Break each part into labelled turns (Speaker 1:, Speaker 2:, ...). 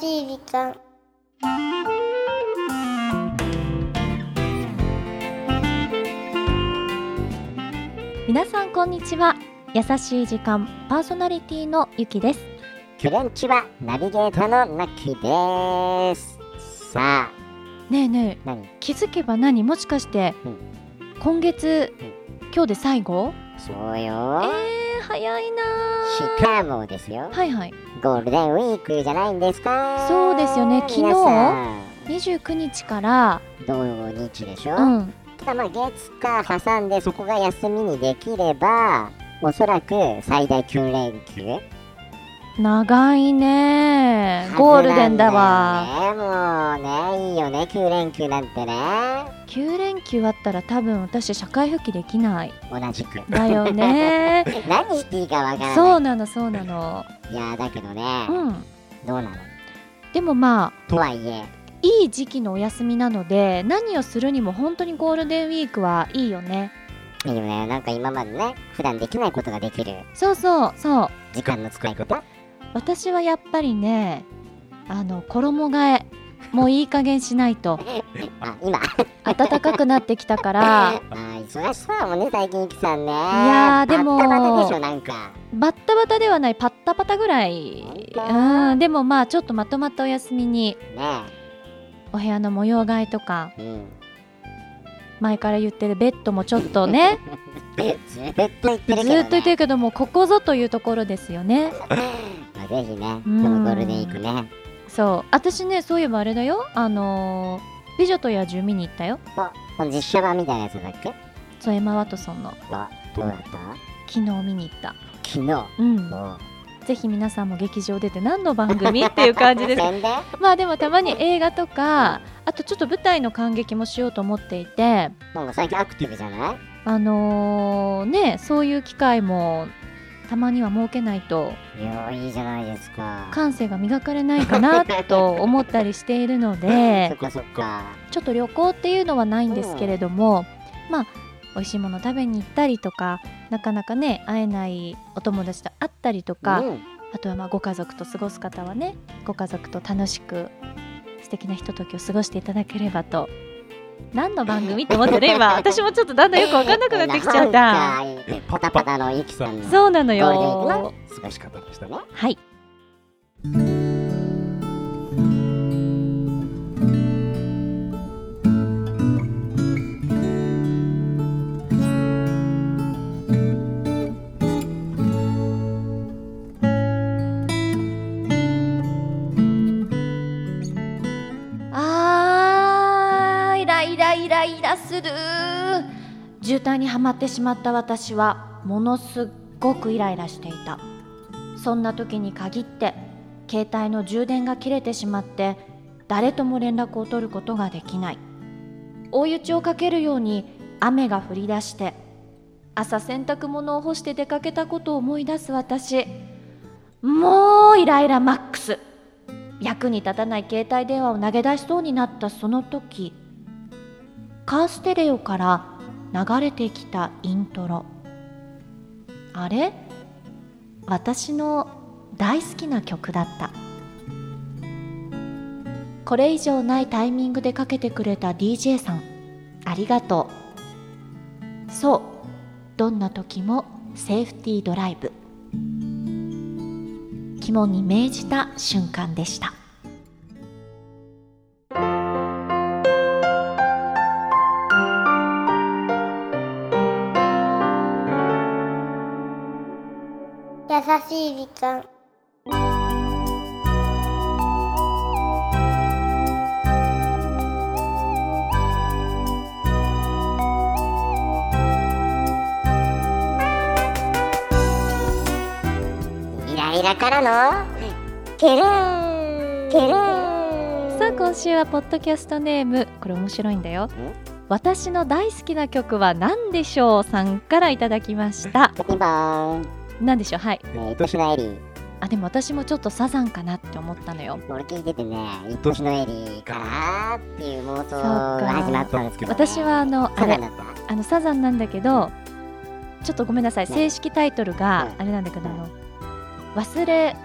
Speaker 1: しい時間
Speaker 2: 皆さんこんにちは優しい時間パーソナリティのゆきです
Speaker 3: こんにちは、ナビゲーターのナッキーです。さあ、
Speaker 2: ねえね
Speaker 3: 何
Speaker 2: え気づけば何もしかして、
Speaker 3: うん
Speaker 2: 今月、
Speaker 3: うん
Speaker 2: 今日で最後
Speaker 3: そう
Speaker 2: え
Speaker 3: よ。
Speaker 2: ー、早いな
Speaker 3: しかもですよ
Speaker 2: ー。はいはい
Speaker 3: ゴールデンウィークじゃないんですか。
Speaker 2: そうですよね昨日
Speaker 3: 皆さん
Speaker 2: 29日から
Speaker 3: 土日でしょ。
Speaker 2: うん
Speaker 3: ただまあ月火挟んでそこが休みにできれば、おそらく最大9連休。
Speaker 2: 長いねーゴールデンだわ
Speaker 3: はずなんだよね。もうね、いいよね、9連休なんてね。
Speaker 2: 9連休あったら多分私社会復帰できない
Speaker 3: 同じく。
Speaker 2: だよね
Speaker 3: 何言っていいかわ からない。
Speaker 2: そうなのそうなの
Speaker 3: いやーだけどね、
Speaker 2: うん
Speaker 3: どうなの
Speaker 2: でもまあ
Speaker 3: とはいえ、
Speaker 2: いい時期のお休みなので何をするにも本当にゴールデンウィークはいいよね
Speaker 3: いいよね。なんか今までね、普段できないことができる。
Speaker 2: そうそうそう
Speaker 3: 時間の使い方
Speaker 2: 私はやっぱりねあの衣替えもういい加減しないと
Speaker 3: あ、今。
Speaker 2: 暖かくなってきた から
Speaker 3: あー、忙しそうだもんね、最近、ゆきさんね。い
Speaker 2: やーでも
Speaker 3: バッタバタでしょ、なんか。
Speaker 2: バッタバタではないパッタパタぐらいうんでもまあちょっとまとまったお休みに
Speaker 3: ね
Speaker 2: お部屋の模様替えとか
Speaker 3: え。うん。
Speaker 2: 前から言ってるベッドもちょっと ね
Speaker 3: ずっと言って
Speaker 2: ず
Speaker 3: るけど、ね。
Speaker 2: ーっと言ってるけどもここぞというところですよね
Speaker 3: まあ、ぜひね、
Speaker 2: うん
Speaker 3: でもゴールデンウィークね。
Speaker 2: そう私ねそういえばあれだよあのー美女と野獣」見に行ったよ
Speaker 3: この実写版みたいなやつだっけ
Speaker 2: ゾエマ・ワトソンの
Speaker 3: どうだった
Speaker 2: 昨日見に行った
Speaker 3: 昨日。
Speaker 2: うん
Speaker 3: も
Speaker 2: ぜひ皆さんも劇場出て何の番組 っていう感じ
Speaker 3: う。
Speaker 2: です
Speaker 3: 宣伝
Speaker 2: まあでもたまに映画とかあとちょっと舞台の感激もしようと思っていて
Speaker 3: なんか最近アクティブじゃない
Speaker 2: あのーねそういう機会もたまには設けないと
Speaker 3: いやー、いいじゃないですか。
Speaker 2: 感性が磨かれないかなと思ったりしているので
Speaker 3: そっかそっか。
Speaker 2: ちょっと旅行っていうのはないんですけれども、まあ美味しいもの食べに行ったりとかなかなかね会えないお友達と会ったりとか、
Speaker 3: うん
Speaker 2: あとはまあご家族と過ごす方はねご家族と楽しく素敵なひとときを過ごしていただければと何の番組って思ってる 今私もちょっとだんだんよくわかんなくなってきちゃった
Speaker 3: なんかパタパタのゆきさんの
Speaker 2: そうなの
Speaker 3: ゴールデンウィ
Speaker 2: よ
Speaker 3: ークの過ごし方でしたね。
Speaker 2: はいあーイライライライラする渋滞にはまってしまった私はものすっごくイライラしていたそんな時に限って携帯の充電が切れてしまって誰とも連絡を取ることができない追い打ちをかけるように雨が降り出して朝洗濯物を干して出かけたことを思い出す私もうイライラマックス役に立たない携帯電話を投げ出しそうになったその時カーステレオから流れてきたイントロあれ私の大好きな曲だったこれ以上ないタイミングでかけてくれた DJ さんありがとうそうどんな時もセーフティードライブ肝に銘じた瞬間でした
Speaker 1: 優しい時間
Speaker 3: イライラからのケルンケルン
Speaker 2: さあ今週はポッドキャストネームこれ面白いんだよ私の大好きな曲は何でしょうさんからいただきました
Speaker 3: ピンポーン、
Speaker 2: 何でしょうはい
Speaker 3: ね、愛しのエリー
Speaker 2: あでも私もちょっとサザンかなって思ったのよ
Speaker 3: 俺聞いててね愛しのエリーかなーっていう妄想が始まったんですけど、ね、
Speaker 2: 私はあのあ
Speaker 3: そう
Speaker 2: れ
Speaker 3: なんだった
Speaker 2: あのサザンなんだけどちょっとごめんなさい
Speaker 3: ね
Speaker 2: 正式タイトルが
Speaker 3: ね
Speaker 2: あれなんだけどあの
Speaker 3: ね
Speaker 2: 忘れ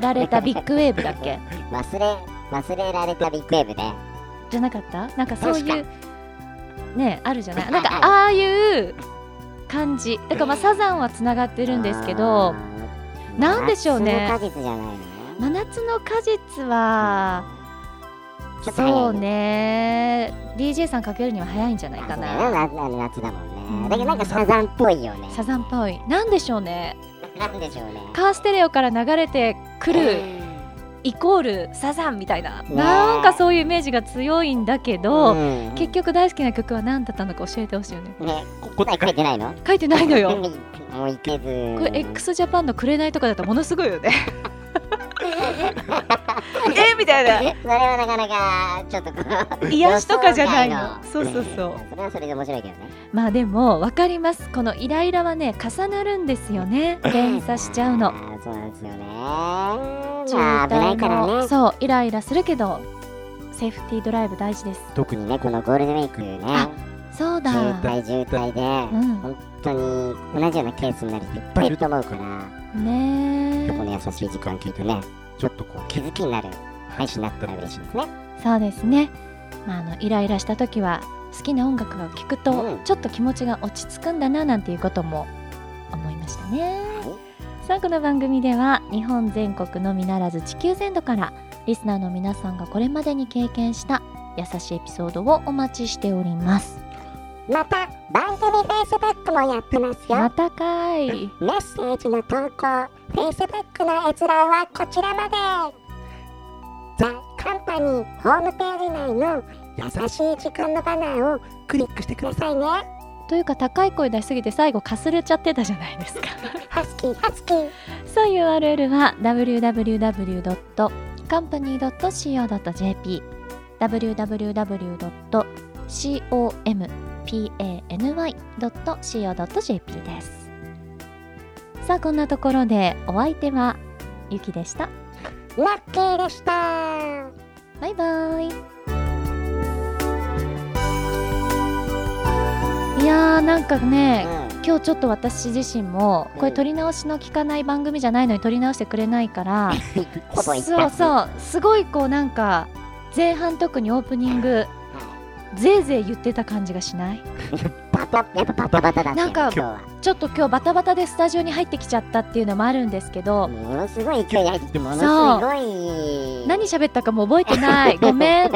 Speaker 2: られたビッグウェーブだっ け
Speaker 3: 忘れ忘れられたビッグウェーブね
Speaker 2: じゃなかったなんかそういう
Speaker 3: 確
Speaker 2: ねあるじゃない
Speaker 3: はい
Speaker 2: なんかああいう感じだからまあサザンはつながってるんですけど
Speaker 3: あー
Speaker 2: なんでしょうね
Speaker 3: 夏の果実じゃないの
Speaker 2: 真夏の果実は
Speaker 3: ちょっと早いね
Speaker 2: そうね DJ さんかけるには早いんじゃないか
Speaker 3: あそう
Speaker 2: な
Speaker 3: だねなな夏だもん
Speaker 2: うん
Speaker 3: ねだけどなんかサザンっぽいよね
Speaker 2: サザンっぽいなんでしょうね
Speaker 3: なんでしょうね
Speaker 2: カーステレオから流れてくるイコールサザンみたいななんかそういうイメージが強いんだけど、
Speaker 3: うん
Speaker 2: 結局大好きな曲は何だったのか教えてほしいよね
Speaker 3: ね答え書いてないの
Speaker 2: 書いてないのよ
Speaker 3: もういけず
Speaker 2: これ x ジャパンの「紅」とかだったらものすごいよね えみたいな
Speaker 3: それはなかなかちょっとこう
Speaker 2: 癒しとかじゃないの
Speaker 3: 予想
Speaker 2: そうそうそう
Speaker 3: それはそれで面白いけどね
Speaker 2: まあでも分かりますこのイライラはね重なるんですよね連鎖しちゃう
Speaker 3: あ
Speaker 2: の
Speaker 3: ーそうなんですよねまあ危ないからね
Speaker 2: そうイライラするけどセーフティードライブ大事です
Speaker 3: 特にねこのゴールデンウィークね
Speaker 2: あそうだ
Speaker 3: 渋滞渋滞で、
Speaker 2: ん
Speaker 3: 本当に同じようなケースになる人いっぱいいると思うから
Speaker 2: ね
Speaker 3: 今日
Speaker 2: え
Speaker 3: この優しい時間聞いてね
Speaker 4: ちょっとこう
Speaker 3: 気づきになる配信になったら嬉しいですね
Speaker 2: そうですね、まあ、あのイライラした時は好きな音楽が聴くと、
Speaker 3: うん
Speaker 2: ちょっと気持ちが落ち着くんだななんていうことも思いましたね
Speaker 3: は
Speaker 2: さあこの番組では日本全国のみならず地球全土からリスナーの皆さんがこれまでに経験した優しいエピソードをお待ちしております
Speaker 3: また番組 Facebook もやってますよ
Speaker 2: またかい
Speaker 3: メッセージの投稿 Facebook の閲覧はこちらまでザ・カンパニーホームページ内の優しい時間のバナーをクリックしてくださいね
Speaker 2: というか高い声出しすぎて最後かすれちゃってたじゃないですか
Speaker 3: ハスキーハスキー
Speaker 2: さあ URL は www.company.co.jp www.company.co.jp ですさあこんなところでお相手はゆきでした
Speaker 3: ラッキーでした
Speaker 2: バイバイいやーなんかね今日ちょっと私自身もこれ
Speaker 3: うん
Speaker 2: 撮り直しの聞かない番組じゃないのに撮り直してくれないから
Speaker 3: ほぼ一
Speaker 2: そう
Speaker 3: 発
Speaker 2: そうすごいこうなんか前半特にオープニングぜいぜい言ってた感じがしない
Speaker 3: バタやっぱバタバタだったよ
Speaker 2: なんか
Speaker 3: 今日は
Speaker 2: ちょっと今日バタバタでスタジオに入ってきちゃったっていうのもあるんですけど
Speaker 3: ものすごい勢いで入ってきてものすごい
Speaker 2: 何喋ったかも覚えて ないごめん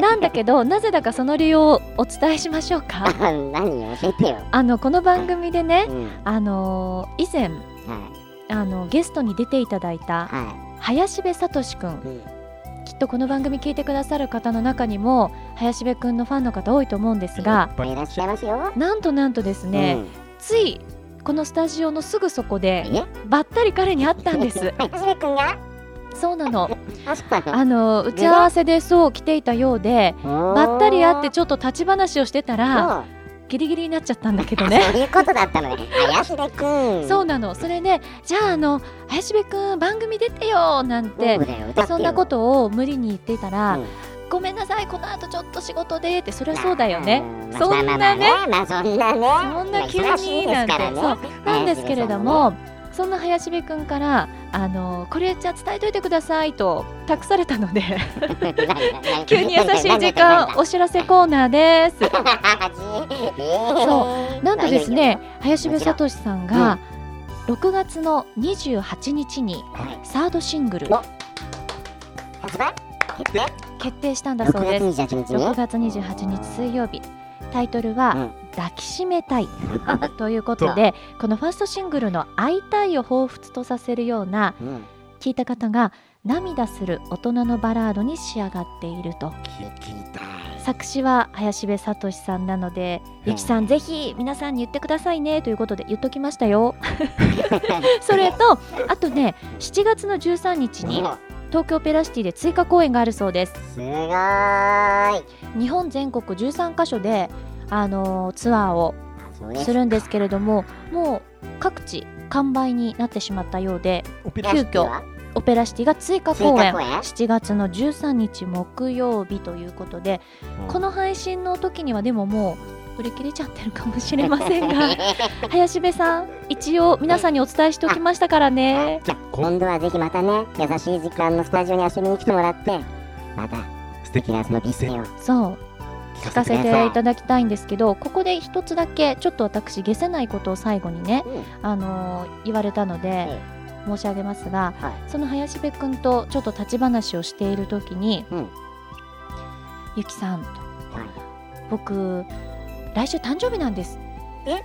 Speaker 2: なんだけどなぜだかその理由をお伝えしましょう
Speaker 3: あ
Speaker 2: か
Speaker 3: 何教えてよ、
Speaker 2: あのこの番組でね
Speaker 3: うん、
Speaker 2: あのー以前
Speaker 3: はい
Speaker 2: あのゲストに出ていただいた
Speaker 3: は
Speaker 2: 林部聡くん
Speaker 3: い、うん
Speaker 2: きっとこの番組聞いてくださる方の中にも林部くんのファンの方多いと思うんですが
Speaker 3: いっぱいいらっしゃいますよ
Speaker 2: なんとなんとですね、ついこのスタジオのすぐそこ
Speaker 3: う
Speaker 2: で
Speaker 3: ん、え
Speaker 2: ばったり彼に会ったんです
Speaker 3: はじめくんが
Speaker 2: そうなの
Speaker 3: あそうなの
Speaker 2: あの打ち合わせでそう来ていたようでばったり会って
Speaker 3: ち
Speaker 2: ちょっと立ち話をしてたらギリギリになっちゃったんだけどね
Speaker 3: そういうことだったのねあやしべくん
Speaker 2: そう
Speaker 3: う
Speaker 2: なのそれでじゃああの林部くん番組出てよなんて
Speaker 3: だよ歌って
Speaker 2: そんなこととを無理に言ってたら、
Speaker 3: うん
Speaker 2: ごめんなさいこの後ちょっと仕事でってそりゃそうだよねそん
Speaker 3: まあまあま
Speaker 2: な
Speaker 3: あ
Speaker 2: ね
Speaker 3: まあそんなね
Speaker 2: そんな急
Speaker 3: まあ忙しい
Speaker 2: に
Speaker 3: で
Speaker 2: な
Speaker 3: す
Speaker 2: んて
Speaker 3: からね
Speaker 2: そうなんですけれども、そんな林部君から、あのこれじゃあ伝えといてくださいと託された ので、急に優しい時間お知らせコーナー です。
Speaker 3: そう
Speaker 2: なんとですね、林部聡さんが、6月の28日に
Speaker 3: はい
Speaker 2: サードシングル
Speaker 3: お発売決定
Speaker 2: 決定したんだ
Speaker 3: 6
Speaker 2: そう
Speaker 3: 月
Speaker 2: です。
Speaker 3: 28日に
Speaker 2: 6月28日水曜日、タイトルは、抱きしめ たいということで、このファーストシングルの会いたいを彷彿とさせるような
Speaker 3: うん
Speaker 2: 聞いた方が涙する大人のバラードに仕上がっていると
Speaker 3: 聞き たい
Speaker 2: 作詞は林部聡さんなのでゆきさんぜひ皆さんに言ってくださいねということで言っときました よそれとあとね7月の13日 に東京オペラシティで追加公演があるそうです
Speaker 3: すごーい
Speaker 2: 日本全国13カ所であのーツアーを
Speaker 3: あそうです
Speaker 2: するんですけれどももう各地完売になってしまったようで
Speaker 4: オペラ
Speaker 2: 急遽オペラシティが追加公演
Speaker 3: 追加公演
Speaker 2: 7月の13日木曜日ということでこの配信の時にはでももう売り切れちゃってるかもしれません が林部さん一応皆さんにお伝えしておきましたからね
Speaker 3: じゃあ今度はぜひまたね優しい時間のスタジオに遊びに来てもらってまた素敵なその美声を
Speaker 2: そう
Speaker 3: 聞
Speaker 2: 聞かせていた
Speaker 3: だ
Speaker 2: だきたいんですけどここで一つだけちょっと私下せないことを最後にね、
Speaker 3: うん
Speaker 2: あのー言われたので
Speaker 3: え
Speaker 2: 申し上げますが、
Speaker 3: はい
Speaker 2: その林部君とちょっと立ち話をしている時に「
Speaker 3: うん
Speaker 2: ゆきさんと
Speaker 3: はい
Speaker 2: 僕来週誕生日なんです」
Speaker 3: え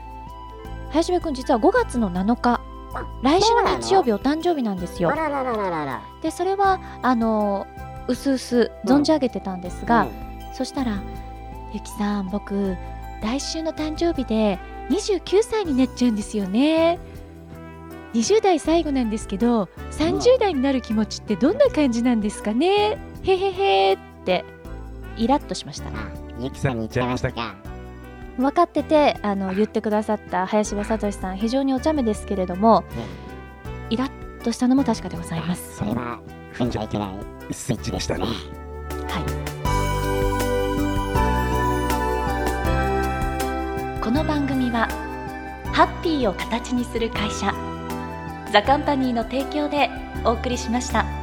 Speaker 2: 林部君実は5月の7日
Speaker 3: あ
Speaker 2: 来週
Speaker 3: そう
Speaker 2: の
Speaker 3: なの
Speaker 2: 日曜日お誕生日なんです
Speaker 3: あ
Speaker 2: よ。
Speaker 3: らららららら
Speaker 2: でそれはあのうすうす存じ上げてたんですが、
Speaker 3: うん
Speaker 2: そしたら「ゆきさん僕来週の誕生日で29歳になっちゃうんですよね」20代最後なんですけど30代になる気持ちってどんな感じなんですかねへへへってイラッとしました
Speaker 3: あゆきさんに言っちゃいましたか
Speaker 2: 分かっててあの言ってくださった林部聡さん非常にお茶目ですけれどもイラッとしたのも確かでございます
Speaker 3: それは踏んじゃいけないスイッチでしたね
Speaker 5: この番組はハッピーを形にする会社ザカンパニーの提供でお送りしました。